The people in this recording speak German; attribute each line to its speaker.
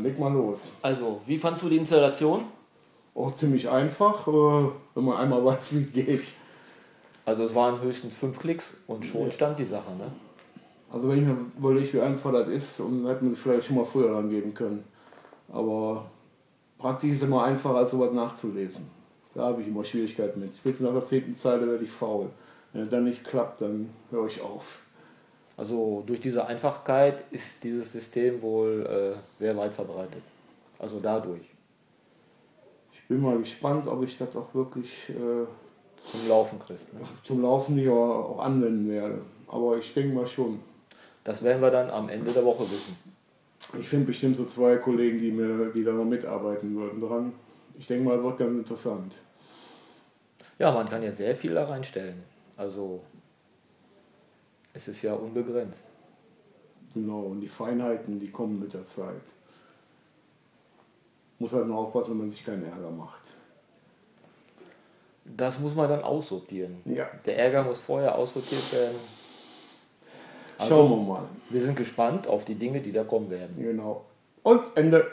Speaker 1: leg mal los.
Speaker 2: Also, wie fandst du die Installation?
Speaker 1: Auch ziemlich einfach, äh, wenn man einmal weiß, wie es geht.
Speaker 2: Also es waren höchstens fünf Klicks und schon stand die Sache, ne?
Speaker 1: Also wenn ich mir überlege, wie einfach das ist, und hätte man sich vielleicht schon mal früher dran geben können. Aber praktisch ist immer einfacher, als sowas nachzulesen. Da habe ich immer Schwierigkeiten mit. Spätestens nach der zehnten Zeile werde ich faul. Wenn es dann nicht klappt, dann höre ich auf.
Speaker 2: Also durch diese Einfachkeit ist dieses System wohl äh, sehr weit verbreitet. Also dadurch.
Speaker 1: Ich bin mal gespannt, ob ich das auch wirklich äh,
Speaker 2: Zum Laufen kriegst. Ne?
Speaker 1: zum Laufen nicht aber auch anwenden werde. Aber ich denke mal schon.
Speaker 2: Das werden wir dann am Ende der Woche wissen.
Speaker 1: Ich finde bestimmt so zwei Kollegen, die, mir, die da noch mitarbeiten würden dran. Ich denke mal, wird ganz interessant.
Speaker 2: Ja, man kann ja sehr viel da reinstellen. Also es ist ja unbegrenzt.
Speaker 1: Genau, und die Feinheiten, die kommen mit der Zeit. Muss halt nur aufpassen, wenn man sich keinen Ärger macht.
Speaker 2: Das muss man dann aussortieren.
Speaker 1: Ja,
Speaker 2: Der Ärger muss vorher aussortiert werden. Also-
Speaker 1: schauen wir mal.
Speaker 2: Wir sind gespannt auf die Dinge, die da kommen werden.
Speaker 1: Genau. Und Ende.